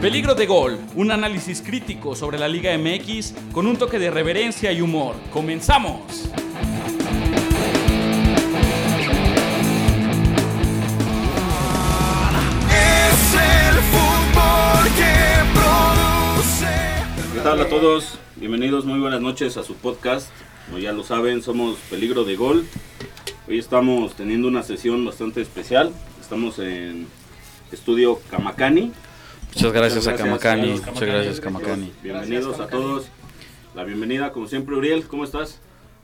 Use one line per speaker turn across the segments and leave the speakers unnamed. Peligro de gol, un análisis crítico sobre la Liga MX con un toque de reverencia y humor. ¡Comenzamos!
Es el fútbol que produce.
¿Qué tal a todos? Bienvenidos, muy buenas noches a su podcast. Como ya lo saben, somos Peligro de Gol. Hoy estamos teniendo una sesión bastante especial. Estamos en Estudio Kamakani.
Muchas gracias, a
Muchas gracias,
Kamakani.
gracias,
Muchas gracias, Kamakani.
Bienvenidos a todos. La bienvenida, como siempre, Uriel. ¿Cómo estás?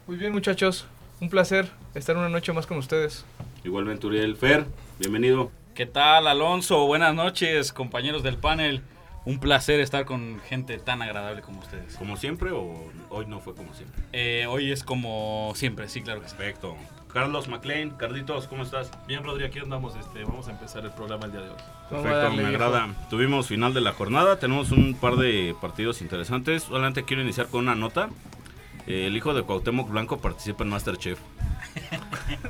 Muy bien, muchachos. Un placer estar una noche más con ustedes.
Igualmente, Uriel. Fer, bienvenido.
¿Qué tal, Alonso? Buenas noches, compañeros del panel. Un placer estar con gente tan agradable como ustedes.
¿Como siempre o hoy no fue como siempre?
Eh, hoy es como siempre, sí, claro que sí.
Perfecto. Carlos McLean, Carditos, ¿cómo estás?
Bien, Rodri, aquí andamos. Este, vamos a empezar el programa el día de hoy.
Vamos a
Perfecto,
darle,
me
viejo.
agrada. Tuvimos final de la jornada, tenemos un par de partidos interesantes. Solamente quiero iniciar con una nota. Eh, el hijo de Cuauhtémoc Blanco participa en Masterchef.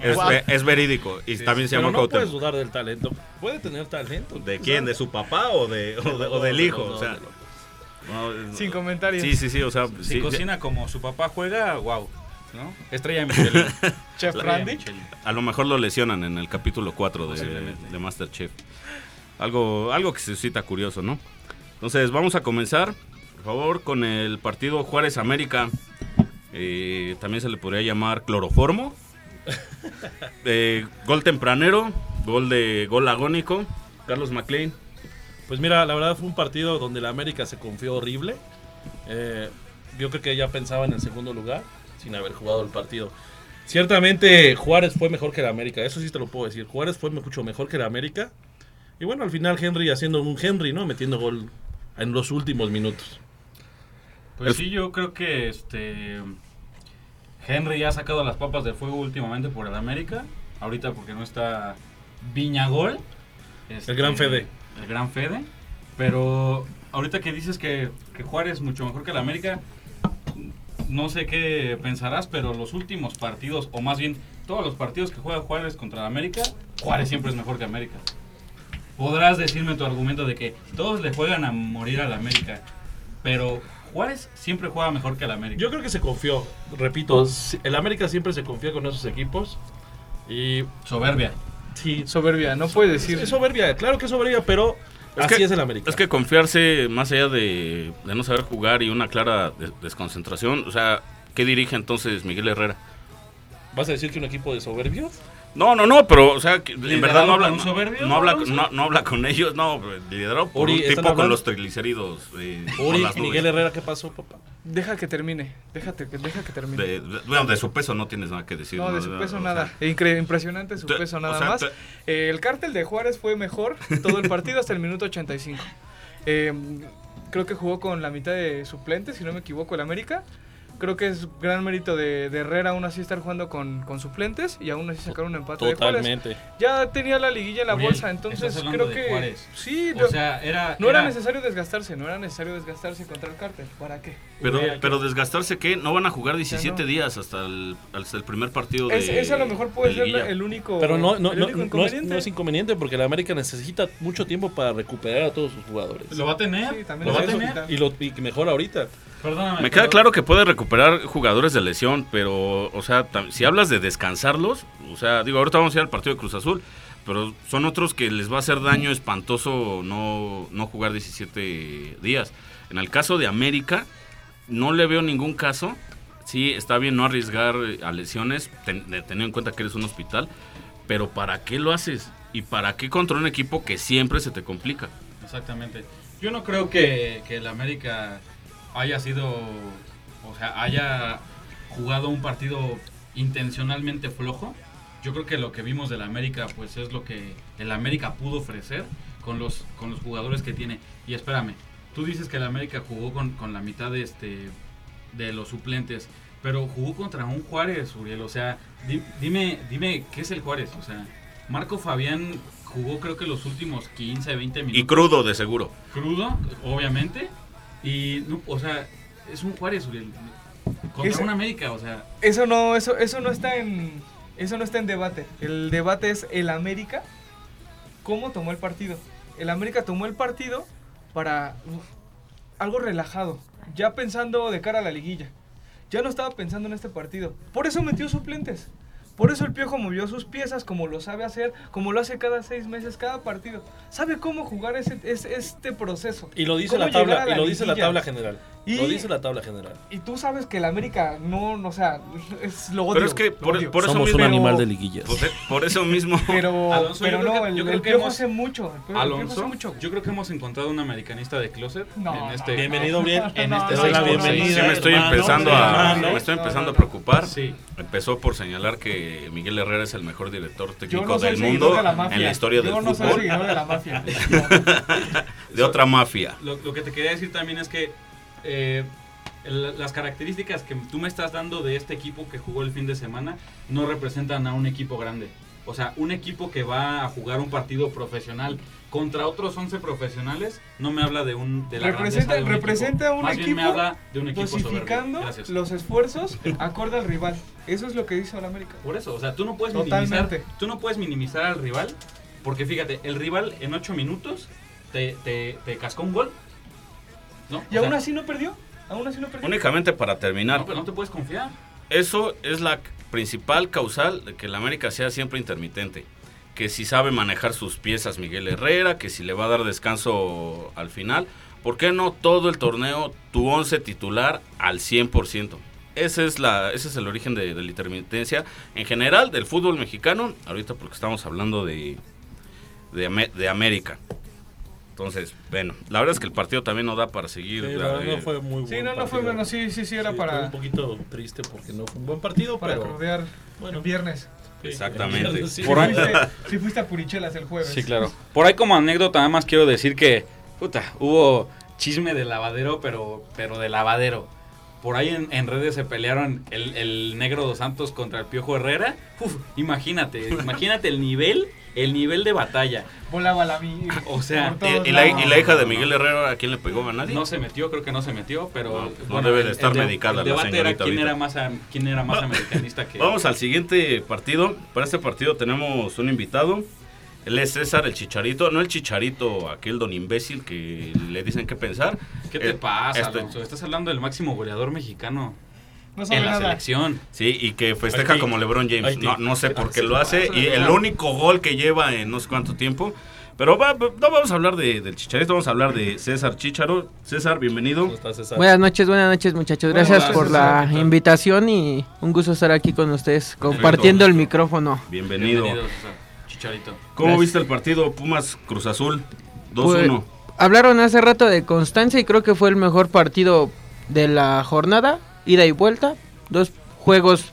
es, ve- es verídico y también se
Pero
llama
no puedes
Cuauhtémoc.
dudar del talento. Puede tener talento.
¿De quién? ¿De su papá o, de, o de- o del hijo? O sea, no, es-
Sin comentarios.
Sí, sí, sí, o sea,
Si
sí,
cocina como su papá juega, wow. ¿No? Estrella Michelin.
Chef
Estrella
Randy.
Michelin.
a lo mejor lo lesionan en el capítulo 4 de, de Masterchef. Algo, algo que se suscita curioso, ¿no? Entonces, vamos a comenzar, por favor, con el partido Juárez América. Eh, también se le podría llamar cloroformo. Eh, gol tempranero, gol de gol agónico. Carlos McLean.
Pues mira, la verdad fue un partido donde la América se confió horrible. Eh, yo creo que ya pensaba en el segundo lugar sin haber jugado el partido. Ciertamente Juárez fue mejor que la América, eso sí te lo puedo decir. Juárez fue mucho mejor que la América. Y bueno, al final Henry haciendo un Henry, ¿no? Metiendo gol en los últimos minutos.
Pues sí, yo creo que este Henry ya ha sacado las papas del fuego últimamente por el América. Ahorita porque no está Viñagol. Este,
El gran Fede.
El gran Fede. Pero ahorita que dices que, que Juárez mucho mejor que el América, no sé qué pensarás, pero los últimos partidos, o más bien todos los partidos que juega Juárez contra el América, Juárez siempre es mejor que América. Podrás decirme tu argumento de que todos le juegan a morir al América, pero Juárez siempre juega mejor que el América.
Yo creo que se confió, repito,
Pues
si- el América siempre se confía con esos equipos. Y
Soberbia.
sí,
Soberbia, no puedes decir.
es soberbia, claro que es soberbia, pero así es el América.
Es que confiarse, más allá de, de no saber jugar y una clara des- desconcentración, o sea, ¿qué dirige entonces Miguel Herrera?
¿Vas a decir que un equipo de soberbios?
No, no, no, pero, o sea, que en
¿Liderado
verdad no
por
habla,
un soberbio,
no, no habla,
Alonso?
no, no habla con ellos, no, pues, liderado por
Uri,
un
están
tipo con
hablando-
los triglicéridos. eh, por
Uri,
las nubes.
Miguel Herrera, ¿qué pasó, papá?
Deja que termine. Déjate, que- deja que termine.
De, de- bueno, de su peso no tienes nada que decir.
no, de su peso
O sea,
nada. Incre- impresionante su
te-
peso
o
nada
sea,
más.
te-
Eh, el cártel de Juárez fue mejor todo el partido hasta el minuto 85. Eh, creo que jugó con la mitad de suplentes, si no me equivoco, el América. Creo que es gran mérito de, de Herrera aún así estar jugando con, con suplentes y aún así sacar un empate de Juárez.
Totalmente.
Ya tenía la liguilla en la
Uriel,
bolsa, entonces
estás hablando
creo
de
que...
Juárez.
Sí,
O
lo-
sea, era...
No era
era-
necesario desgastarse, no era necesario desgastarse contra el cártel. ¿Para qué?
Pero,
Uri,
pero desgastarse, ¿qué? No van a jugar 17
no.
días hasta el, hasta el primer partido de
Es- ese a lo mejor puede
de
ser
liguilla.
el único,
Pero no, no,
el
no,
único
no es,
inconveniente.
no es inconveniente porque la América necesita mucho tiempo para recuperar a todos sus jugadores.
Lo va a tener.
Sí, también
lo va a
eso.
tener.
Y, lo, y que mejor ahorita.
Perdóname.
Me queda
pero-
claro que puede recuperar jugadores de lesión, pero, o sea, tam- si hablas de descansarlos, o sea, digo, ahorita vamos a ir al partido de Cruz Azul, pero son otros que les va a hacer daño espantoso no, no jugar 17 días. En el caso de América, no le veo ningún caso. Sí, está bien no arriesgar eh, a lesiones, ten- de- teniendo en cuenta que eres un hospital, pero ¿para qué lo haces? ¿Y para qué contra un equipo que siempre se te complica?
Exactamente. Yo no creo que, que el América haya sido, o sea, haya jugado un partido intencionalmente flojo. Yo creo que lo que vimos del América, pues es lo que el América pudo ofrecer con los, con los jugadores que tiene. Y espérame, tú dices que el América jugó con, con la mitad de, este, de los suplentes, pero jugó contra un Juárez, Uriel. O sea, di- dime, dime, ¿qué es el Juárez? O sea, Marco Fabián jugó creo que los últimos 15, 20 minutos
Y crudo, de seguro.
crudo, obviamente. Y, no, o sea, es un Juárez, Uriel. Contra
Es-
un América, o sea.
Eso no, eso, eso no está en, eso no está en debate. El debate es el América, cómo tomó el partido. El América tomó el partido para uf, algo relajado, ya pensando de cara a la liguilla. Ya no estaba pensando en este partido. Por eso metió suplentes. Por eso el Piojo movió sus piezas como lo sabe hacer, como lo hace cada seis meses, cada partido. Sabe cómo jugar ese, es- este proceso.
Y lo dice
Cómo
la tabla,
llegar a
y lo dice la
liguilla.
tabla general.
Y-
Lo dice la tabla general.
Y tú sabes que el América no, no, o sea, es lo odio.
Pero es que
lo
por-
odio.
por eso
Somos un
mismo-
animal de liguillas.
Por, e, por eso mismo.
Pero,
Alonso,
pero
yo creo
no,
que-
el,
yo
el
creo que
Piojo
hemos-
hace mucho. El Piojo, el Piojo hace
Alonso,
mucho.
yo creo que hemos encontrado un americanista de closet
No,
en este.
Bienvenido, bien.
En este
Te doy la
seis por seis.
bienvenida.
Sí, me estoy
Ah,
hermano,
empezando a,
hermano.
me estoy
No,
empezando
no,
a
no.
preocupar.
Sí.
Empezó por señalar que Miguel Herrera es el mejor director
Yo
técnico
no soy
del
seguidor
mundo
de la mafia.
en la historia
yo
del
no soy
fútbol
seguidor de la mafia.
de otra mafia.
Lo, lo que te quería decir también es que eh, el- las características que tú me estás dando de este equipo que jugó el fin de semana no representan a un equipo grande. O sea, un equipo que va a jugar un partido profesional contra otros 11 profesionales no me habla de un de la
Representa-
grandeza de un
representa
equipo.
un
Más bien me
equipo
habla de un equipo soberbio.
Dosificando
Gracias.
los esfuerzos acorde al rival. Eso es lo que hizo el América.
Por eso, o sea, tú no puedes
Totalmente.
minimizar, tú no puedes minimizar al rival, porque fíjate, el rival en 8 minutos te, te, te cascó un gol. ¿no?
Y
O
aún
sea,
así no perdió. Aún así no perdió.
Únicamente para terminar,
no, pero no te puedes confiar.
eso es la principal causal de que la América sea siempre intermitente. Que si sabe manejar sus piezas Miguel Herrera, que si le va a dar descanso al final. ¿Por qué no todo el torneo tu 11 titular al 100%? Ese es, la, ese es el origen de, de la intermitencia en general del fútbol mexicano, ahorita porque estamos hablando de, de, Amé- de América. Entonces, bueno, la verdad es que el partido también no da para seguir.
Sí,
la-
la verdad
eh,
no fue muy bueno.
Sí, no, no fue bueno. Sí, sí, sí, era
fue
para,
un poquito triste porque no fue un buen partido,
para
pero.
rodear
bueno.
el viernes.
sí,
Exactamente.
el viernes sí.
Si
Por ahí-
fuiste, sí fuiste a Purichelas el jueves.
Sí, claro. Por ahí como anécdota, nada más quiero decir que, puta, hubo chisme de lavadero, pero, pero de lavadero. Por ahí en, en redes se pelearon el, el negro dos Santos contra el Piojo Herrera. Uf, imagínate, imagínate el nivel, el nivel de batalla.
Volaba la mi.
O sea,
por todos
¿Y, y la, y la hija de
No, no,
Miguel Herrera a quién le pegó? ¿A nadie?
No se metió, creo que no se metió, pero
No, no debe de estar
deba-
medicada
el
la
debate era
señorita
quién
ahorita.
era más am- quién era más americanista que
Vamos al siguiente partido. Para este partido tenemos un invitado. Él es César el Chicharito, no el Chicharito, aquel don imbécil que le dicen qué pensar.
¿Qué te
Eh,
pasa,
este-
Alonso? Estás hablando del máximo goleador mexicano
No sabe
en la
nada.
selección.
Sí, y que festeja
Haití.
como LeBron James.
Haití.
No, no sé por qué
te
lo hace.
pasa,
Y el
claro.
único gol que lleva en no sé cuánto tiempo. Pero va- va- no vamos a hablar de- del Chicharito, vamos a hablar de César Chicharo. César, bienvenido.
¿Cómo
Pues,
estás, César?
Buenas noches, buenas noches muchachos.
Buenas
Gracias
noches,
por
César,
la invitación y un gusto estar aquí con ustedes compartiendo el micrófono.
Bienvenido.
César. Chicharito.
¿Cómo
Gracias.
viste el partido Pumas Cruz Azul? 2-1.
Pues, hablaron hace rato de constancia y creo que fue el mejor partido de la jornada, ida y vuelta, dos juegos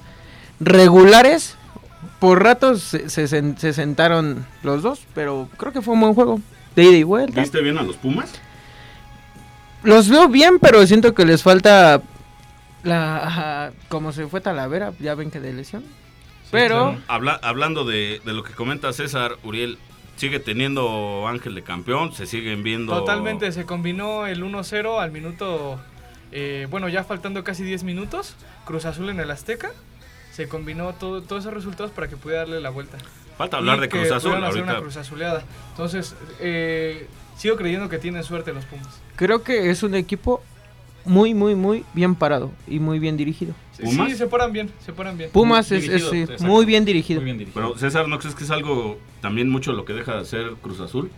regulares. Por ratos se, se sen- se sentaron los dos, pero creo que fue un buen juego de ida y vuelta.
¿Viste bien a los Pumas?
Los veo bien, pero siento que les falta la ajá, como se fue Talavera, ya ven que de lesión. pero
Habla- hablando de, de lo que comenta César, Uriel, sigue teniendo Ángel de campeón, se siguen viendo.
Totalmente, se combinó el 1-0 al minuto, eh, bueno, ya faltando casi 10 minutos, Cruz Azul en el Azteca, se combinó todo, todos esos resultados para que pudiera darle la vuelta.
Falta hablar
Y
de
que
Cruz Azul
pudieran hacer una
ahorita.
Cruz Azuleada. Entonces, eh, sigo creyendo que tienen suerte los Pumas.
creo que es un equipo muy, muy, muy bien parado y muy bien dirigido.
Sí,
¿Pumas?
Sí, se paran bien, se paran bien.
Pumas es,
Dirigido,
es, sí,
exacto.
muy bien dirigido.
Muy bien dirigido.
Pero César, ¿no crees que es algo también mucho lo que deja de hacer Cruz Azul?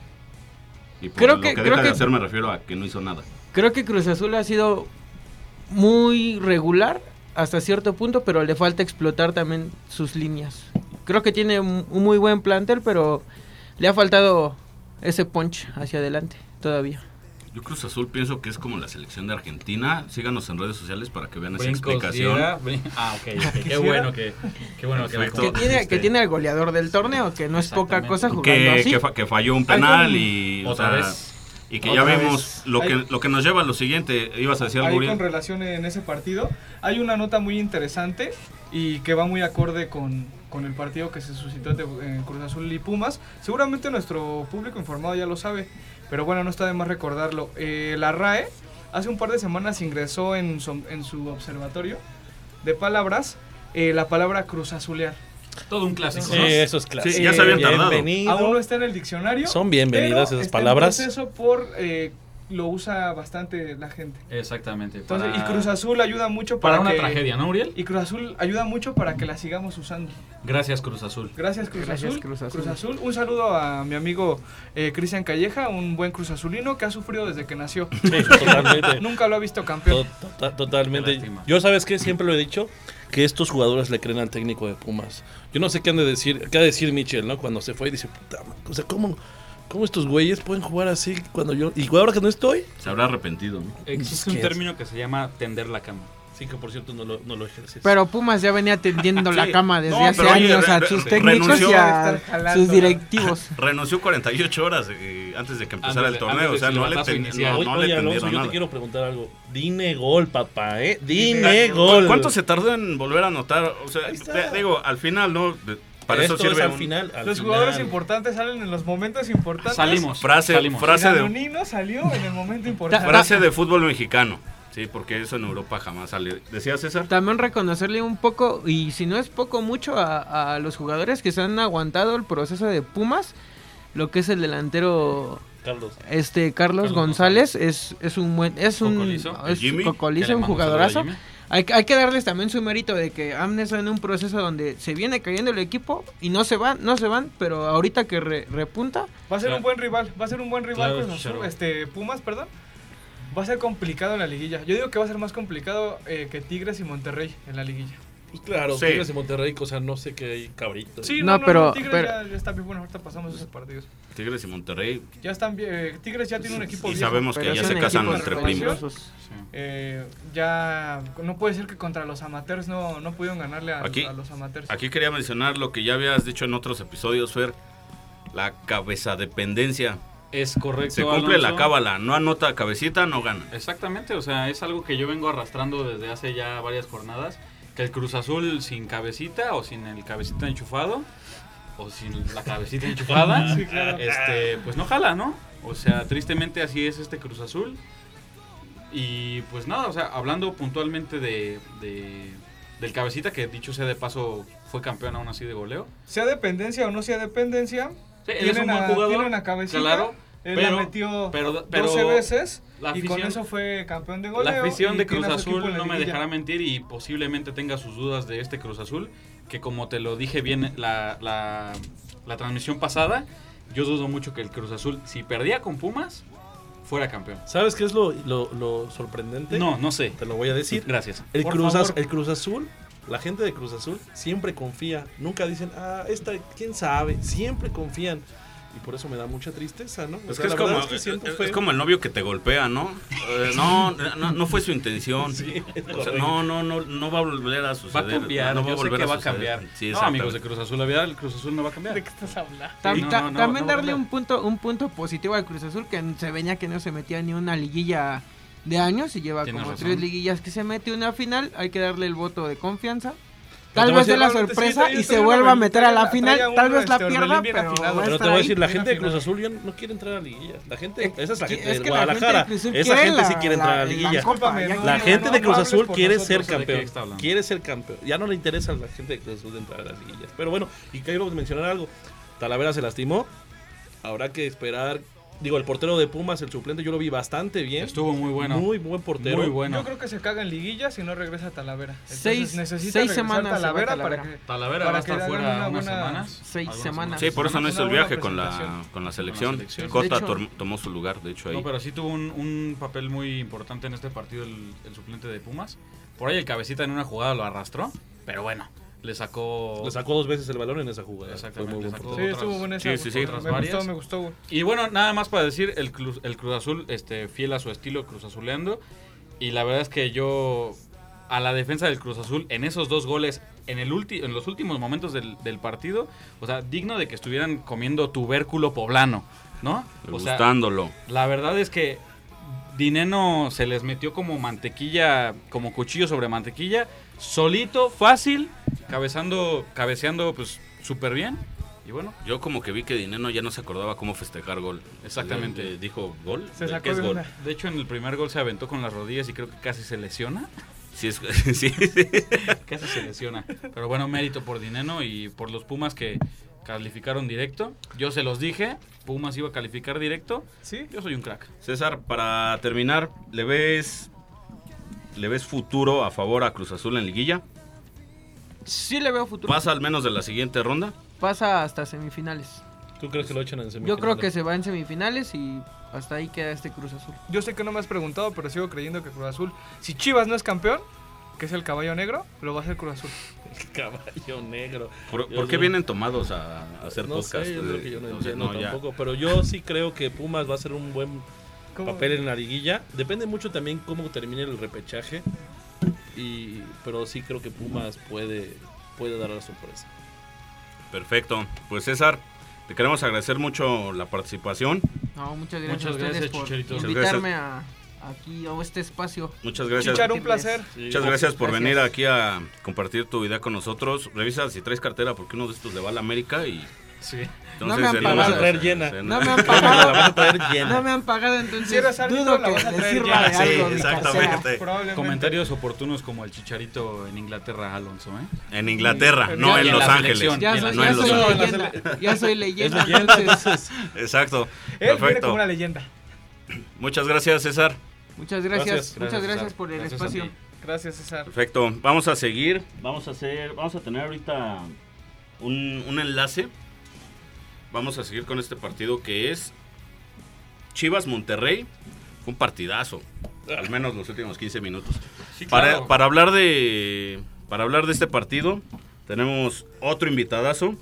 Y por
Creo
lo
que-
que,
creo
deja de
que-
hacer me refiero a que no hizo nada.
Creo que Cruz Azul ha sido muy regular hasta cierto punto, pero le falta explotar también sus líneas. Creo que tiene un un muy buen plantel, pero le ha faltado ese punch hacia adelante todavía.
Yo Cruz Azul pienso que es como la selección de Argentina. Síganos en redes sociales para que vean esa
Brincos
explicación.
llega, brin- Ah, ok, ok, Qué
Quisiera.
bueno que, qué bueno que me
Perfecto.
Que
No,
tiene,
este-
que tiene al goleador del torneo, que no es poca
Exactamente.
cosa jugando
Que,
así.
que fa- que falló un penal
con-
y. o
Otra
sea,
vez.
Y que
Otra
ya
vez.
vemos lo que,
Ahí-
lo que nos lleva a lo siguiente. Ibas a decir algo,
Ahí con
Uriel.
relación en ese partido, hay una nota muy interesante y que va muy acorde con, con el partido que se suscitó entre eh, Cruz Azul y Pumas. Seguramente nuestro público informado ya lo sabe, pero bueno, no está de más recordarlo. Eh, la RAE hace un par de semanas ingresó en su, en su observatorio de palabras eh, la palabra cruz azulear.
Todo un clásico,
Sí,
¿no?
eso es claro.
Sí, ya se habían tardado.
Bienvenido.
Aún no está en el diccionario.
Son bienvenidas
pero
esas
está
palabras.
En proceso por eh, lo usa bastante la gente.
Exactamente.
Entonces,
para-
y Cruz Azul ayuda mucho para,
Para una
que-
tragedia, ¿no, Uriel?
Y Cruz Azul ayuda mucho para que la sigamos usando.
Gracias, Cruz Azul.
Gracias Cruz,
Gracias,
Azul.
Cruz Azul.
Cruz Azul. Un saludo a mi amigo eh, Cristian Calleja, un buen Cruz Azulino que ha sufrido desde que nació.
Sí, totalmente.
Nunca lo ha visto campeón.
To- to- totalmente.
lástima.
Yo, ¿sabes qué? Siempre lo he dicho, que estos jugadores le creen al técnico de Pumas. Yo no sé qué han de decir, qué ha de decir Michel, ¿no? Cuando se fue y dice, puta, o sea, ¿cómo, cómo estos güeyes pueden jugar así cuando yo... Y ahora que no estoy...
Se habrá arrepentido, ¿no?
Existe un término que se llama tender la cama.
Sí, que por cierto no lo, no lo ejerces.
Pero Pumas ya venía tendiendo la cama desde
No,
hace
pero oye,
años a
re-
sus
re-
técnicos
renunció.
y
Debe
a
estar jalando,
sus
¿no?
directivos.
Renunció 48 horas eh, antes de que empezara
Ándale,
el torneo.
antes de
O sea,
su
no le,
silbatazo
ten-
inicial.
no- no le
Oye, Alonso,
tendieron
yo
nada.
te quiero preguntar algo. Dime gol, papá, ¿eh? Dime
¿Cu-
gol.
¿Cuánto se tardó en volver a anotar? O sea,
Ahí está.
te- digo, al final, ¿no? De- Para
Esto
eso sirve
es al
un-
final. al
Los jugadores
final.
importantes salen en los momentos importantes.
Salimos.
Frase,
Salimos.
El
frase, de,
Danonino salió en el momento importante.
frase de fútbol mexicano. Sí, porque eso en Europa jamás sale. ¿Decía César?
También reconocerle un poco, y si no es poco, mucho a, a los jugadores que se han aguantado el proceso de Pumas. Lo que es el delantero
Carlos.
este Carlos,
Carlos
González, es, es un buen, es un
Cocolizo,
es
Jimmy,
Cocolizo,
Que le
un
mando saludo a
jugadorazo.
Jimmy.
Hay, que- hay que darles también su mérito de que han estado en un proceso donde se viene cayendo el equipo y no se van, no se van, pero ahorita que re- repunta,
Va a ser
Claro.
un buen rival, va a ser un buen rival
Claro,
Cruz Azul,
Chicharo.
este Pumas, perdón. Va a ser complicado en la liguilla. Yo digo que va a ser más complicado eh, que Tigres y Monterrey en la liguilla.
Pues claro,
Sí.
Tigres de Monterrey, o sea, no sé qué hay cabrito.
Sí,
No,
no, no,
pero-
no, Tigres
pero-
ya, ya está bien, bueno, ahorita pasamos esos partidos.
Tigres y Monterrey.
Ya están bien, eh, Tigres ya tiene un equipo
Y Pues
viejo.
sabemos que
pero
ya
es
se
un
casan
equipo
entre
reconocido.
primos.
Eh, ya no puede ser que contra los amateurs no, no pudieron ganarle a,
Aquí-
a los amateurs.
Aquí quería mencionar lo que ya habías dicho en otros episodios, Fer. La cabeza dependencia.
Es correcto.
Se cumple la
Alonso.
cábala. No anota cabecita, no gana.
Exactamente, o sea, es algo que yo vengo arrastrando desde hace ya varias jornadas. Que el Cruz Azul sin cabecita o sin el cabecita enchufado o sin la cabecita enchufada,
Sí, claro.
este, pues no jala, ¿no? O sea, tristemente así es este Cruz Azul. Y pues nada, o sea, hablando puntualmente de, de- del cabecita, que dicho sea de paso fue campeón aún así de goleo.
Sea dependencia o no sea dependencia,
Sí, él es
tienen,
un buen
a,
jugador,
tienen a cabecita.
claro,
él
pero-
la metió
pero- pero
12 veces
la
y con
afición-
eso fue campeón de goleo.
la afición
y
de
tiene
Cruz
a su equipo en
Azul
la
no me
liguilla.
dejará mentir y posiblemente tenga sus dudas de este Cruz Azul, que como te lo dije bien la, la- la transmisión pasada, yo dudo mucho que el Cruz Azul, si perdía con Pumas, fuera campeón.
¿Sabes qué es lo, lo- lo sorprendente?
No, no sé.
Te lo voy a decir.
Gracias.
El
Por
Cruz, Az-
favor.
el Cruz Azul, la gente de Cruz Azul siempre confía, nunca dicen, ah, esta, quién sabe, siempre confían. Y por eso me da mucha tristeza, ¿no? O
Es
sea,
que es
la verdad
como,
que
es-
siento
es-
feo.
es como el novio que te golpea, ¿no? Eh, no, no, no fue su intención.
Sí,
O sea, no, no, no, no va a volver a
Va
suceder.
a cambiar,
no
yo sé que va a
suceder.
cambiar.
Sí,
no, amigos de
exactamente.
Cruz Azul, la verdad, el Cruz Azul no va a cambiar.
¿De qué estás hablando?
tam-
Sí, no,
ta-
no, no,
también
no,
darle
no.
un punto, un punto positivo al Cruz Azul que se venía que no se metía ni una liguilla de años y lleva
Tienes
como
razón.
tres liguillas que se mete una final, hay que darle el voto de confianza.
Pero Pues te voy
Tal
a
vez de
decir
la
algo, antes sí,
sorpresa
traía-
y se
traía
vuelva
una
a meter a la
traía-
final.
traía
Tal
uno,
vez la
este,
pierda,
Orbelín bien
pero
afinado.
va a
Pero te
estar
voy a
ahí.
decir, la gente de
final.
Cruz Azul ya no quiere entrar a la liguilla. La gente,
Es-
esa es la
que-
gente
es
de
que la gente de
Guadalajara.
Cruz Azul
esa
quiere
gente sí
la-
quiere entrar a la
la- la
liguilla.
Discúlpame,
Ya
no,
La
no,
gente
no
de Cruz
hables
Azul
por
quiere ser
nosotros.
sé de qué
campeón.
está hablando.
Quiere ser campeón. Ya no le interesa a la gente de Cruz Azul de entrar a las liguillas. Pero bueno, y quiero mencionar algo. Talavera se lastimó. Habrá que esperar. Digo, el portero de Pumas, el suplente, yo lo vi bastante bien.
Estuvo muy bueno.
Muy buen portero.
Muy bueno.
Yo creo que se caga en liguilla si no regresa a Talavera. Entonces,
Seis-
necesita
seis
regresar
semanas se va
Talavera,
Talavera.
para que
Talavera
Para
va a
que
estar
hagan
fuera
una
unas
buena-
semanas.
seis
algunas
semanas.
Sí, por eso no
Una
hizo el
buena
viaje con la,
presentación.
con la selección.
selección.
Cota
De hecho-
tor- tomó su lugar, de hecho, ahí.
No, pero sí tuvo un, un papel muy importante en este partido el, el suplente de Pumas. Por ahí el cabecita en una jugada lo arrastró, pero bueno, le sacó...
Le sacó dos veces el balón en esa jugada.
Exactamente,
Fue muy
le
buen
sacó-
Sí,
portero.
Otras-
estuvo buena esa.
sí, sí, sí.
me
Otras
gustó,
varias.
me gustó. güey.
Y bueno, nada más para decir, el Cruz, el Cruz Azul este, fiel a su estilo Cruz Azuleando. Y la verdad es que yo, a la defensa del Cruz Azul, en esos dos goles, en, el ulti- en los últimos momentos del, del partido, o sea, digno de que estuvieran comiendo tubérculo poblano, ¿no? O sea,
Gustándolo.
la verdad es que Dineno se les metió como mantequilla, como cuchillo sobre mantequilla, solito, fácil, cabezando, cabeceando pues súper bien. Y bueno,
Yo como que vi que Dineno ya no se acordaba cómo festejar gol.
Exactamente.
Le- le dijo gol.
Se
¿De
sacó
qué es
de
gol?
una.
de hecho en el primer gol se aventó con las rodillas y creo que casi se lesiona.
Sí, es, sí, sí.
Casi se lesiona. Pero bueno, mérito por Dineno y por los Pumas que,
calificaron directo. Yo se los dije, Pumas iba a calificar directo.
¿Sí?
Yo soy un crack.
César, para terminar, ¿le ves, ¿le ves futuro a favor a Cruz Azul en liguilla?
Sí le veo futuro.
¿Pasa al menos de la siguiente ronda?
Pasa hasta semifinales.
¿Tú crees que lo echan en
Yo
semifinales?
creo que se va en semifinales y hasta ahí queda este Cruz Azul.
Yo sé que no me has preguntado, pero sigo creyendo que Cruz Azul, si Chivas no es campeón, que es el caballo negro, lo va a hacer Cruz Azul.
Caballo negro.
¿Por,
Yo
por qué
sé.
vienen tomados a, a hacer
no
podcast?
sé, yo creo que yo no
Eh,
entiendo
no, ya.
tampoco. Pero yo sí creo que Pumas va a ser un buen
¿Cómo?
papel en la liguilla. Depende mucho también cómo termine el repechaje. Y, pero sí creo que Pumas puede, puede dar la sorpresa.
Perfecto. Pues César, te queremos agradecer mucho la participación.
No, muchas gracias
Muchas
a ustedes
gracias,
por
Chicharito.
Muchas
invitarme a, aquí a este espacio.
Muchas gracias.
Chicharo, un placer.
Muchas gracias por
Gracias.
venir aquí a compartir tu idea con nosotros. Revisa si traes cartera porque uno de estos le va a la América y
Sí.
No me han
en
pagado.
una-
La vas a
traer llena.
en-
No me han
La vas a
pagado.
traer llena.
No me han pagado,
Si
entonces
eres árbitro,
dudo
la
que
vas a
me
traer
sirva de
llena.
algo.
Sí,
mi
exactamente.
casera.
Probablemente.
Comentarios oportunos como el chicharito en Inglaterra, Alonso, ¿eh?
En Inglaterra,
En-
no
en
en
la
Los Ángeles.
selección.
Ya
Bien,
soy,
no
ya
en Los
soy
No,
Ángeles.
en la
leyenda. Ya soy leyenda.
Es leyenda,
entonces,
entonces.
Exacto.
Él viene como
Perfecto.
una leyenda.
Muchas gracias, César.
muchas gracias,
Gracias,
muchas
César.
gracias por el
Gracias a
espacio.
ti.
Gracias, César.
Perfecto. Vamos a seguir. Vamos a hacer, vamos a tener ahorita un, un enlace. Vamos a seguir con este partido que es Chivas Monterrey. Fue un partidazo. Al menos los últimos 15 minutos. para, para hablar de. Para hablar de este partido, tenemos otro invitadazo.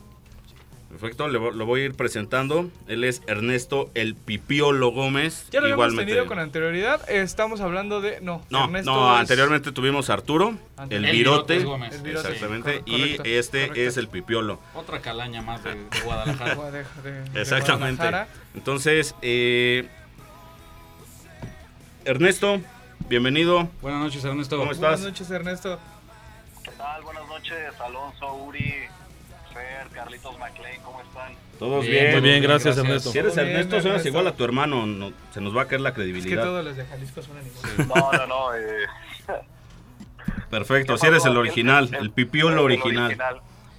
Perfecto, le vo- lo voy a ir presentando. Él es Ernesto el Pipiolo Gómez.
Ya lo habíamos
igualmente.
tenido con anterioridad. Estamos hablando de. No,
No,
Ernesto
no,
es-
anteriormente tuvimos a Arturo,
Anterior.
el
El
virote.
Virotes Gómez.
El virote.
Exactamente,
Cor-
y
correcto,
este
correcto.
es el Pipiolo.
Otra calaña más de, de Guadalajara.
Guadeja- de- de
Exactamente.
Guadalajara.
Entonces, eh, Ernesto, bienvenido.
Buenas noches, Ernesto.
¿Cómo estás?
Buenas noches, Ernesto.
¿Qué tal? Buenas noches, Alonso, Uri, Fer, Carlitos McLean, ¿cómo están?
Todos
Bien,
bien.
Muy bien, gracias,
gracias.
Ernesto.
Si eres
Bien,
Ernesto, suenas
Ernesto.
igual a tu hermano, no- se nos va a caer la
Es que
credibilidad.
todos los de Jalisco son animales.
No, no, no. eh,
Perfecto,
¿qué
si eres
pasó?
el original, el Pipiolo
el
original.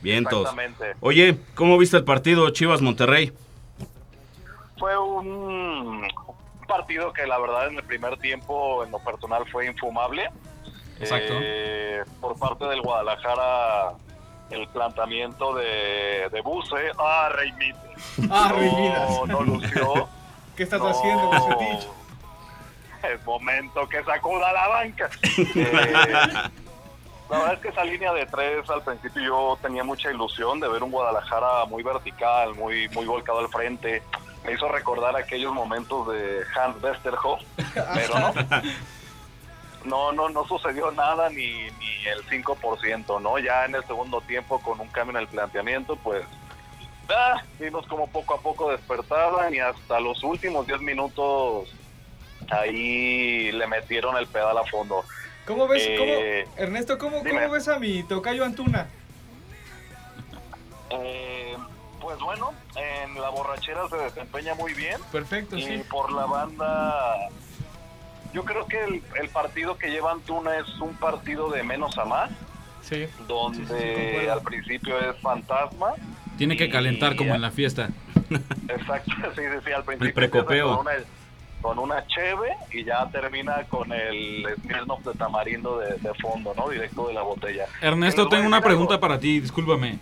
Vientos.
Exactamente.
Oye, ¿cómo viste el partido Chivas Monterrey?
Fue un partido que la verdad en el primer tiempo, en lo personal, fue infumable.
Exacto.
Eh, por parte del Guadalajara, el planteamiento de, de Buse, ah, Rey
Ah, Rey
no, no lució.
¿Qué estás
No.
haciendo, Bucetich?
Es momento que sacuda la banca. Eh, la verdad es que esa línea de tres al principio yo tenía mucha ilusión de ver un Guadalajara muy vertical, muy, muy volcado al frente. Me hizo recordar aquellos momentos de Hans Westerhoff, pero no. No, no, no sucedió nada ni, ni el 5%, ¿no? Ya en el segundo tiempo con un cambio en el planteamiento, pues Ah, vimos como poco a poco despertaban y hasta los últimos 10 minutos ahí le metieron el pedal a fondo.
¿Cómo ves,
Eh,
cómo, Ernesto, ¿cómo,
dime.
cómo ves a mi tocayo Antuna?
Eh, pues bueno, en la borrachera se desempeña muy bien
Perfecto,
Pues
y
sí.
por la banda yo creo que el, el partido que lleva Antuna es un partido de menos a más,
Sí.
donde
concuerdo.
al principio es fantasma,
Tiene que calentar como en la fiesta.
Exacto, sí, sí, sí, al principio.
precopeo.
empieza Con una, con una cheve y ya termina con el Smirnoff de tamarindo de, de fondo, ¿no? Directo de la botella.
Ernesto,
Pero
tengo
bueno,
una
mira,
pregunta
algo. Ah,
para ti, discúlpame.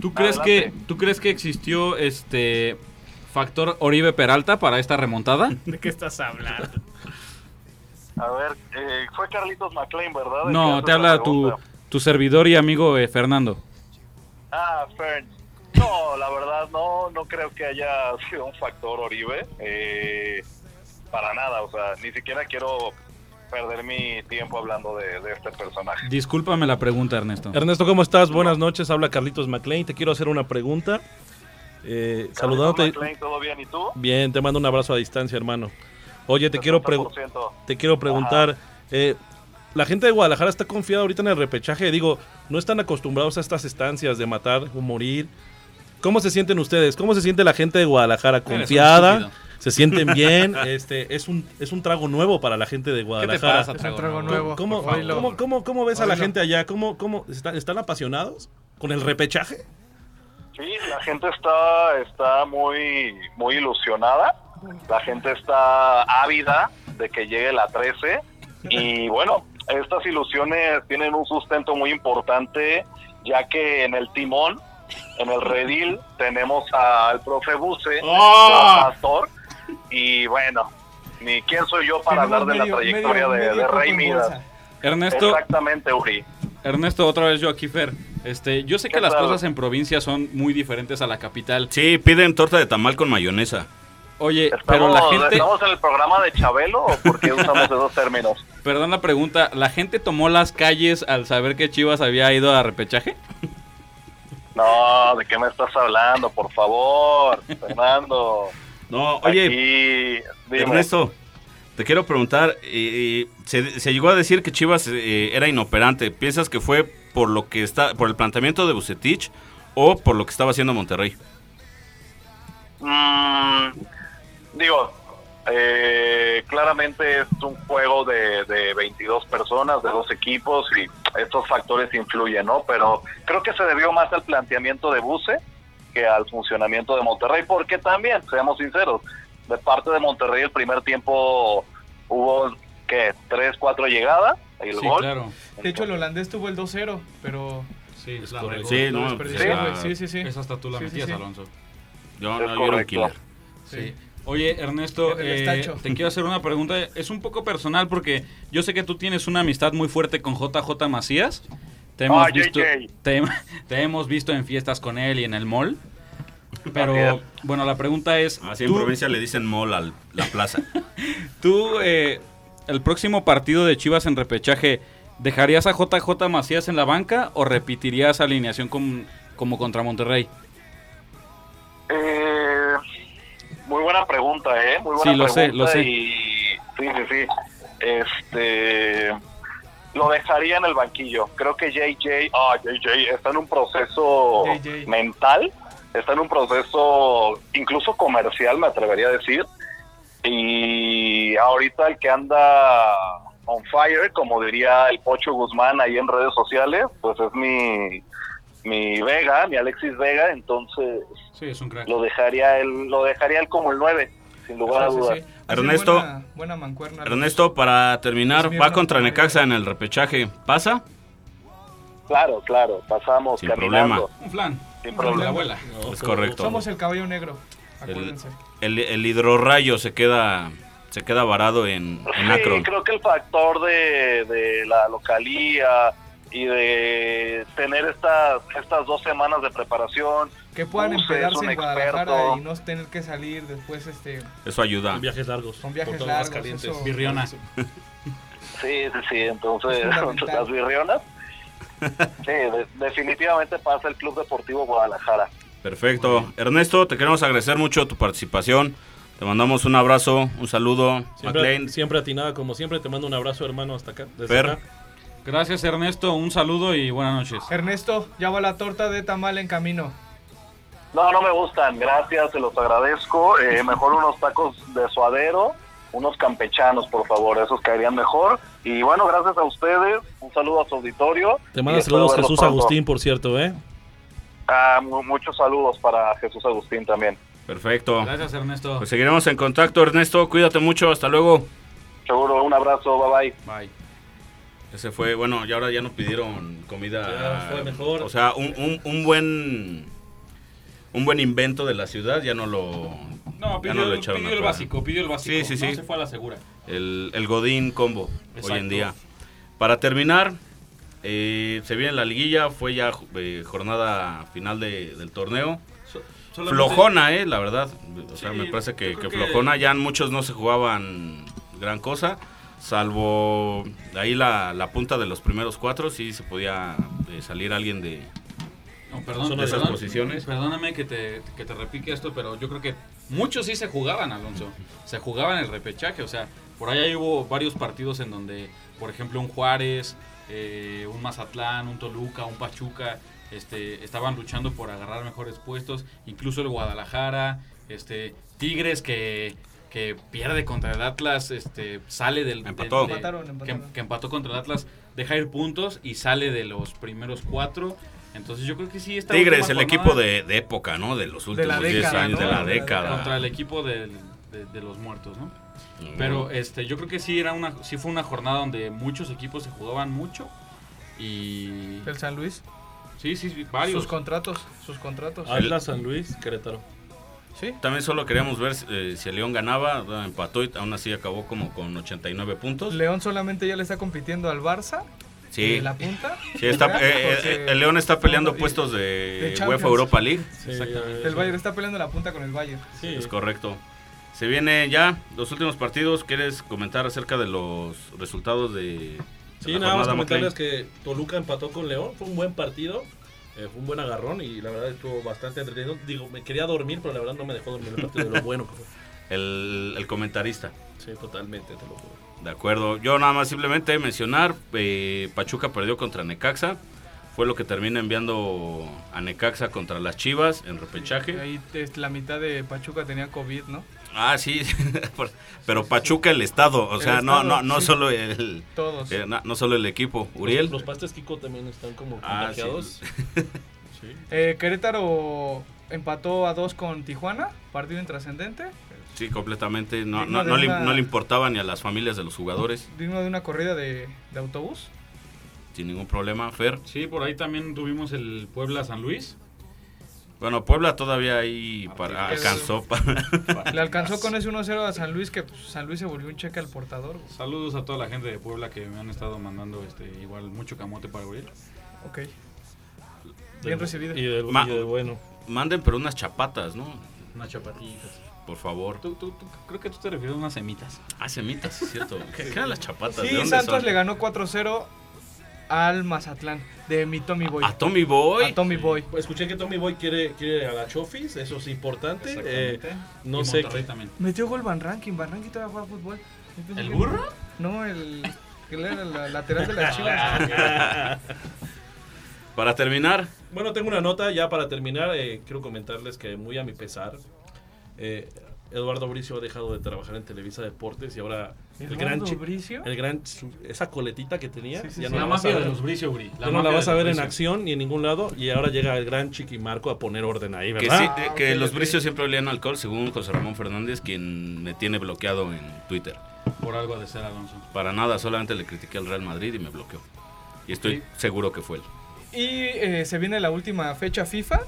¿Tú crees, que,
Adelante.
¿Tú crees que existió este factor Oribe Peralta para esta remontada?
¿De qué estás hablando?
A ver, eh, fue Carlitos McLean, ¿verdad? El que
No,
hace
te
la
habla tu,
pregunta.
tu servidor y amigo eh, Fernando.
Ah, Fern. No, la verdad no, no creo que haya sido un factor Oribe. eh, para nada, o sea, ni siquiera quiero perder mi tiempo hablando de, de este personaje.
Discúlpame la pregunta, Ernesto.
Ernesto, ¿cómo estás? Buenas noches, habla Carlitos McLean. Te quiero hacer una pregunta. Eh, saludándote.
Carlitos McLean, ¿Todo bien? ¿Y tú?
Bien, te mando un abrazo a distancia, hermano. Oye, te quiero, pregu-
60%.
te quiero preguntar, eh, la gente de Guadalajara está confiada ahorita en el repechaje, digo, no están acostumbrados a estas estancias de matar o morir. ¿Cómo se sienten ustedes? ¿Cómo se siente la gente de Guadalajara?
un
¿Confiada?
estúpido.
¿Se sienten bien? Este, es, un, es un trago nuevo para la gente de
¿Qué te
Guadalajara.
pasa,
Es
Trago?
un trago
No,
nuevo.
¿Cómo, cómo,
por favor.
cómo- cómo- cómo ves a la
Oílo.
gente allá? ¿Cómo, cómo, está- ¿Están apasionados con el repechaje?
Sí, la gente está, está muy, muy ilusionada, la gente está ávida de que llegue la 13 y bueno, estas ilusiones tienen un sustento muy importante ya que en el timón, en el redil, tenemos al profe Buce,
¡Ah!
pastor, y bueno, ni quién soy yo para
Tenemos
hablar de la
medio-
trayectoria
medio-
de,
medio
de Rey
Coco
Midas.
Bolsa.
Ernesto,
Exactamente, Uri.
Ernesto, otra vez yo aquí, Fer. Este, yo sé que
¿Qué
las
tal?
cosas en provincia son muy diferentes a la capital.
Sí, piden torta de tamal con mayonesa.
Oye,
Estamos,
pero la gente,
¿Estamos en el programa de Chabelo o por qué usamos esos términos?
perdón la pregunta, ¿la gente tomó las calles al saber que Chivas había ido a repechaje?
No, ¿de qué me estás hablando? Por favor, Fernando.
No, oye,
Aquí, dime.
Ernesto, te quiero preguntar, eh, se, se llegó a decir que Chivas eh, era inoperante. ¿Piensas que fue por lo que está, por el planteamiento de Bucetich o por lo que estaba haciendo Monterrey?
Mm, digo, eh, claramente es un juego de, de 22 personas, de dos equipos y estos factores influyen, ¿no? Pero creo que se debió más al planteamiento de Buse que al funcionamiento de Monterrey, porque también, seamos sinceros, de parte de Monterrey el primer tiempo hubo, ¿qué? Tres, cuatro llegadas, el
Sí,
gol.
claro.
De hecho, el holandés tuvo el 2-0, pero
Sí,
Es
la regó.
correcto. Sí,
lo
no,
desperdició,
pues,
güey.
ah,
Sí, sí, sí.
Esa hasta tú la
Sí, sí,
metías,
sí.
Alonso.
Yo, no,
Es
yo era un
correcto.
killer.
Sí. Oye, Ernesto,
En el
eh,
estacho.
te quiero hacer una pregunta. Es un poco personal porque yo sé que tú tienes una amistad muy fuerte con JJ Macías. Te hemos,
Ah,
visto,
JJ.
te, te hemos visto en fiestas con él y en el mall.
Así
Pero
es.
bueno, la pregunta es,
Así en
¿tú,
provincia le dicen mall a la plaza.
tú, eh, el próximo partido de Chivas en repechaje, ¿dejarías a JJ Macías en la banca o repetirías alineación con- como contra Monterrey?
Eh, muy buena pregunta, ¿eh? Muy buena
Sí, lo sé,
pregunta
lo sé.
Y, sí, sí, sí. Este, lo dejaría en el banquillo. Creo que JJ, ah, JJ está en un proceso
JJ.
mental, está en un proceso incluso comercial, me atrevería a decir. Y ahorita el que anda on fire, como diría el Pocho Guzmán ahí en redes sociales, pues es mi, mi Vega, mi Alexis Vega. Entonces,
Sí, es un crack.
lo dejaría él lo dejaría él como el 9 sin lugar a
Sí, sí,
dudas
sí. Hace
Ernesto.
Buena, buena mancuerna.
Ernesto, para terminar,
Es Pues, mi
va
hermano. eh,
contra Necaxa en el repechaje. ¿Pasa?
claro claro pasamos
Sin
caminando
problema.
Un flan.
sin
Con la
problema
abuela.
Pues
Es correcto.
Somos el caballo negro, acuérdense.
El, el hidrorrayo se queda, se queda varado en, en
sí
Akron.
creo que el factor de, de la localía y de tener estas estas dos semanas de preparación
Que puedan
Buse es
empedarse
un
en Guadalajara
experto.
y no tener que salir después este
Eso ayuda.
Con viajes largos.
con viajes
todo
largos.
Aguascalientes.
eso-
Birriona.
sí sí sí entonces
Es fundamental.
las virreonas sí de- definitivamente pasa el Club Deportivo Guadalajara
Perfecto. Ernesto, te queremos agradecer mucho tu participación. Te mandamos un abrazo, un saludo.
Siempre,
McLean,
siempre atinada, como siempre. Te mando un abrazo, hermano, hasta acá. desde
Fer.
acá.
Gracias, Ernesto. Un saludo y buenas noches.
Ernesto, ya va la torta de tamal en camino.
No, no me gustan, gracias, se los agradezco. Eh, mejor unos tacos de suadero, unos campechanos, por favor, esos caerían mejor. Y bueno, gracias a ustedes, un saludo a su auditorio.
Te
y
manda
espero
saludos
verlos
Jesús
pronto.
Agustín, por cierto, ¿eh?
Ah, mu- muchos saludos para Jesús Agustín también.
perfecto.
Gracias, Ernesto.
Pues seguiremos en contacto, Ernesto. Cuídate mucho. Hasta luego.
Seguro, un abrazo, bye bye.
Bye.
Ese fue, bueno, ya ahora ya no pidieron comida.
Ya fue mejor.
O sea, un, un- un buen un buen invento de la ciudad, ya no lo
No,
ya
pidió,
no lo
el-
echaron
pidió
a
el
perder.
básico, pidió el básico.
Sí, sí, sí.
No se fue a la segura.
El, el Godín combo hoy en
Exacto.
día. Para terminar, eh, se viene la liguilla, fue ya eh, jornada final de- del torneo. Flojona, eh, la verdad. O sea,
Sí,
me parece que,
yo creo
que
que-
flojona. Ya muchos no se jugaban gran cosa. Salvo ahí la, la punta de los primeros cuatro. Sí se podía eh, salir alguien de.
No, perdón,
Son de esas
perdón,
posiciones.
Perdóname que te, que te repique esto, pero yo creo que muchos sí se jugaban, Alonso. Se jugaban el repechaje. O sea, por allá hubo varios partidos en donde, por ejemplo, un Juárez, eh, un Mazatlán, un Toluca, un Pachuca, este, estaban luchando por agarrar mejores puestos. Incluso el Guadalajara, este, Tigres que, que pierde contra el Atlas, este, sale del...
Empató.
del- de-
Empataron,
que,
empataron.
que empató contra el Atlas, deja ir puntos y sale de los primeros cuatro. Entonces yo creo que sí está.
Tigres, el equipo de, de época, ¿no? De los
la
últimos 10
década,
años,
¿no?
de la
De la
Contra
década.
el equipo del- de, de los muertos, ¿no?
Mm.
Pero este, yo creo que sí era una, sí fue una jornada donde muchos equipos se jugaban mucho y
El San Luis.
sí, sí, sí,
Sus
varios.
contratos, sus contratos.
Atlas, San Luis, Querétaro.
Sí.
También solo queríamos ver eh, si el León ganaba, eh, empató y aún así acabó como con 89 puntos.
León solamente ya le está compitiendo al Barça.
Sí,
En la punta.
sí, está-
¿verdad?
eh, eh,
Porque
el León está peleando
y-
puestos de,
Champions.
UEFA Europa League.
Exactamente.
El Bayern está peleando la punta con el Bayern.
Sí.
Es correcto. Se vienen ya los últimos partidos. ¿Quieres comentar acerca de los resultados de
Sí,
la
nada más
jornada,
comentarles
McLean?
que Toluca empató con León, fue un buen partido, eh, fue un buen agarrón y la verdad estuvo bastante entretenido. Digo, me quería dormir, pero la verdad no me dejó dormir el partido de lo bueno que fue.
El, el comentarista.
Sí, totalmente, te lo juro.
De acuerdo. Yo nada más simplemente mencionar, eh, Pachuca perdió contra Necaxa. Fue lo que termina enviando a Necaxa contra las Chivas en repechaje.
Ahí es, la mitad de Pachuca tenía COVID, ¿no?
Ah, sí. Pero Pachuca el Estado. O
El
sea, no,
Estado,
no, no
sí.
solo el...
Todos.
eh, no, no solo el equipo. Uriel.
Los, los pastes Kiko también están como
Ah, sí.
contagiados. Sí.
Eh, Querétaro empató a dos con Tijuana, partido intrascendente,
Sí, completamente. No,
Digno
no,
de
no le,
una-
no le importaba ni a las familias de los jugadores.
digno de una corrida de, de autobús.
Sin ningún problema, Fer.
Sí, por ahí también tuvimos el Puebla San Luis.
Bueno, Puebla todavía ahí para,
Ah, sí, pues.
alcanzó para...
Le alcanzó con ese 1-0 a San Luis, que pues, San Luis se volvió un cheque al portador. güey.
Saludos a toda la gente de Puebla que me han estado mandando este igual mucho camote para abrir.
Ok. Bien recibido.
Y de,
Ma-
y de bueno.
Manden, pero unas chapatas, ¿no?
Unas chapatitas.
Por favor.
Tú, tú- tú- creo que tú te refieres a unas semitas.
Ah, semitas, es cierto. ¿Qué, qué eran las chapatas? ¿De
Sí,
dónde
Santos
son?
le ganó 4-0 al Mazatlán, de mi Tommy Boy.
A Tommy Boy.
A Tommy Boy.
Escuché que Tommy Boy quiere, quiere a la Chofis, eso es importante. eh, no
Y
sé
Monterrey
qué-
también.
Metió gol Van Ranking, Van Ranking todavía juega fútbol. Yo pensé
¿El
que-
burro?
No, el... que él era la lateral de las chivas.
Para terminar,
Bueno, tengo una nota ya para terminar. eh, quiero comentarles que muy a mi pesar, eh, Eduardo Bricio ha dejado de trabajar en Televisa Deportes y ahora el gran,
Eduardo
chi-
Bricio.
el gran su- esa coletita que tenía
Sí, sí,
ya
sí.
no
la
la vas a
mafia de
ver,
los Bricio, Bri.
ya no la
mafia
vas
de
a
los
ver en
Bricio.
acción ni en ningún lado y ahora llega el gran Chiquimarco a poner orden ahí,
que,
¿verdad?
sí, eh, que
ok,
los
ok.
bricios siempre olían alcohol, según José Ramón Fernández, quien me tiene bloqueado en Twitter.
Por algo ha de ser Alonso.
Para nada, solamente le critiqué al Real Madrid y me bloqueó. Y estoy seguro que fue él.
Y eh, se viene la última fecha FIFA,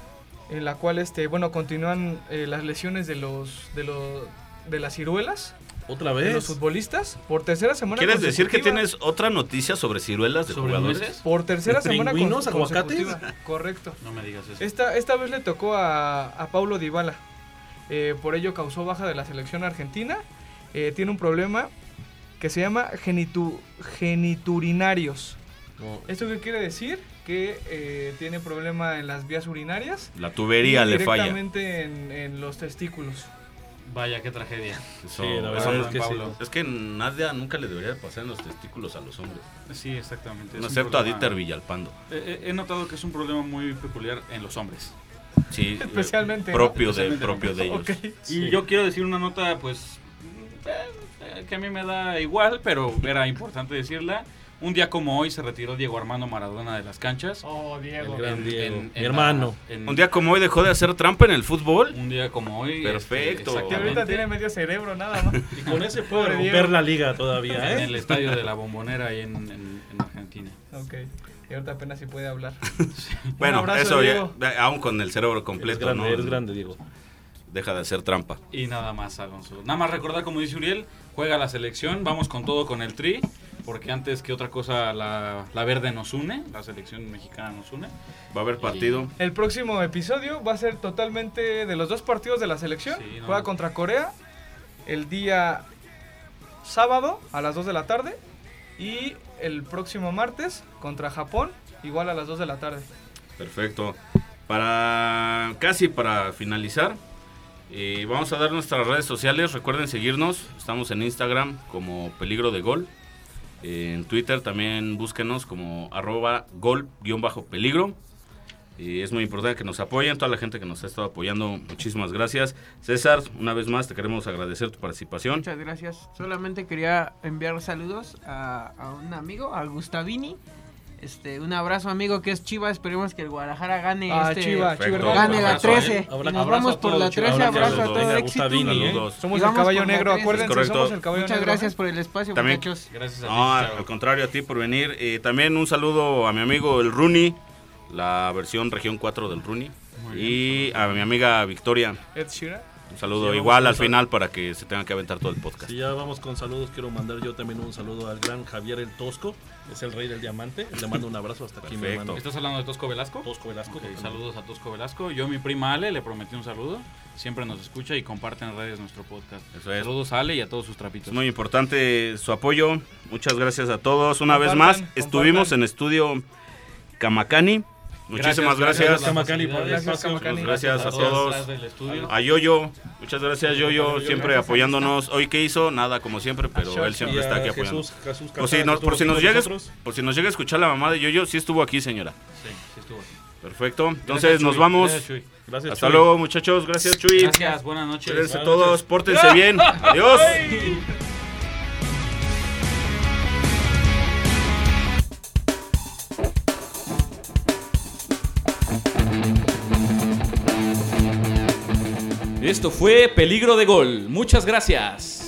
en la cual este, bueno, continúan eh, las lesiones de los de los de las ciruelas,
Otra
de los
vez.
futbolistas, por tercera semana
¿Quieres decir que
consecutiva.
tienes otra noticia sobre ciruelas de
¿Sobre
jugadores?
nueces?
por tercera semana con-
¿Pingüinos, aguacates?
consecutiva. Correcto.
No me digas eso.
Este-
Esta, esta vez le tocó a, a Paulo Dybala. Eh, por ello causó baja de la selección argentina. Eh, tiene un problema que se llama genitu- geniturinarios.
No,
¿Esto qué quiere decir? Que eh, tiene problema en las vías urinarias.
La tubería
y
le falla.
Directamente en, en los testículos.
Vaya, qué tragedia.
Eso-
Sí, la
eso
verdad
no-
es que sí.
Pablo.
es que nadie nunca le debería pasar en los testículos a los hombres.
Sí, exactamente.
No
Es un
excepto a
problema-
Dieter Villalpando.
Eh, eh, He notado que es un problema muy peculiar en los hombres.
Sí, eh,
Especialmente, ¿no?
propio, de,
Especialmente
propio de ellos.
Ok.
Y yo quiero decir una nota, pues, eh, eh, que a mí me da igual, pero era importante decirla. Un día como hoy se retiró Diego Armando Maradona de las canchas.
Oh, Diego.
El gran Diego. Mi
la-
hermano.
en-
Un día como hoy dejó de hacer trampa en el fútbol.
como hoy. este,
Perfecto.
Que ahorita
exactamente,
tiene medio cerebro, nada más.
Y con ese puede
Pobre Diego.
romper la liga todavía,
en el
¿eh?
estadio de la Bombonera ahí en, en- en Argentina.
ok. Y ahorita apenas si puede hablar.
Bueno,
abrazo,
eso ya,
Diego.
da- aún con el cerebro
Eres
completo,
grande,
¿no?
eres grande, Diego.
Deja de hacer trampa.
Y nada más, Alonso. Nada más recordar, como dice Uriel, juega la selección, vamos con todo con el tri, porque antes que otra cosa la, la verde nos une, la selección mexicana nos une.
Va a haber partido.
El próximo episodio va a ser totalmente de los dos partidos de la selección.
Sí, no.
Juega contra Corea el día sábado a las 2 de la tarde y el próximo martes contra Japón igual a las 2 de la tarde.
Perfecto. Para casi para finalizar, eh, vamos a dar nuestras redes sociales. Recuerden seguirnos. Estamos en Instagram como Peligro de Gol. Eh, en Twitter también búsquenos como arroba gol-peligro. Y Eh, es muy importante que nos apoyen, toda la gente que nos ha estado apoyando, muchísimas gracias. César, una vez más te queremos agradecer tu participación.
Muchas gracias. Solamente quería enviar saludos a, a un amigo, a Gustavini. Este, un abrazo, amigo, que es Chivas. Esperemos que el Guadalajara gane
Ah,
este.
Chivas,
perfecto.
Chivas.
Gane la
Abrazo,
13.
¿eh?
Y
Abra-
nos
abrazo
vamos
a
por
todos,
la
chivas.
13. Abrazo a
Saludos.
todo
Venga,
éxito.
Gustavini, ¿eh?
Saludos.
Somos
Digamos
el caballo
por la
negro,
tres.
acuérdense,
Es correcto.
somos el caballo
Muchas
negro.
gracias por el espacio,
También-
muchachos.
Gracias a ti.
No, al
Charo.
al contrario, a ti por venir. Eh, también un saludo a mi amigo el Runi, la versión región 4 del Runi. Y a mi amiga Victoria,
Ed Sheeran.
un saludo
Sí,
igual
vamos a
al
pasar.
final para que se tengan que aventar todo el podcast.
Si ya vamos con saludos, quiero mandar yo también un saludo al gran Javier el Tosco, es el rey del diamante. Le mando un abrazo hasta aquí, mi
Perfecto.
hermano.
¿Estás hablando de Tosco Velasco?
Tosco Velasco.
Ok,
totalmente.
saludos a Tosco Velasco. Yo a mi prima Ale le prometí un saludo. Siempre nos escucha y comparte en redes nuestro podcast.
Eso es.
Saludos a Ale y a todos sus trapitos.
Es muy importante su apoyo. Muchas gracias a todos. Una vez más,
Compartan,
estuvimos
compartan.
en estudio Camacani. Muchísimas gracias.
Gracias, Camacali, por el
Gracias,
espacio.
Camacali.
Gracias a todos.
Las del estudio.
A Yoyo, muchas gracias Yoyo, siempre apoyándonos. Hoy que hizo, nada como siempre, pero
Shoshi
él siempre
Y
está
a
aquí apoyando.
Jesús, Jesús
Por si,
Cazada,
nos,
que estuvo
por, si
aquí
nos
con
llega,
nosotros.
por si nos llega a escuchar la mamá de Yoyo, sí estuvo aquí, señora.
Sí, sí estuvo aquí.
Perfecto. Entonces
Gracias,
nos
Chuy.
vamos.
Gracias, Chuy.
Gracias,
Hasta
Chuy.
luego, muchachos. Gracias, Chuy.
Gracias, buenas noches.
Cuídense
Buenas
todos,
noches.
pórtense bien. Adiós.
Esto fue Peligro de Gol. Muchas gracias.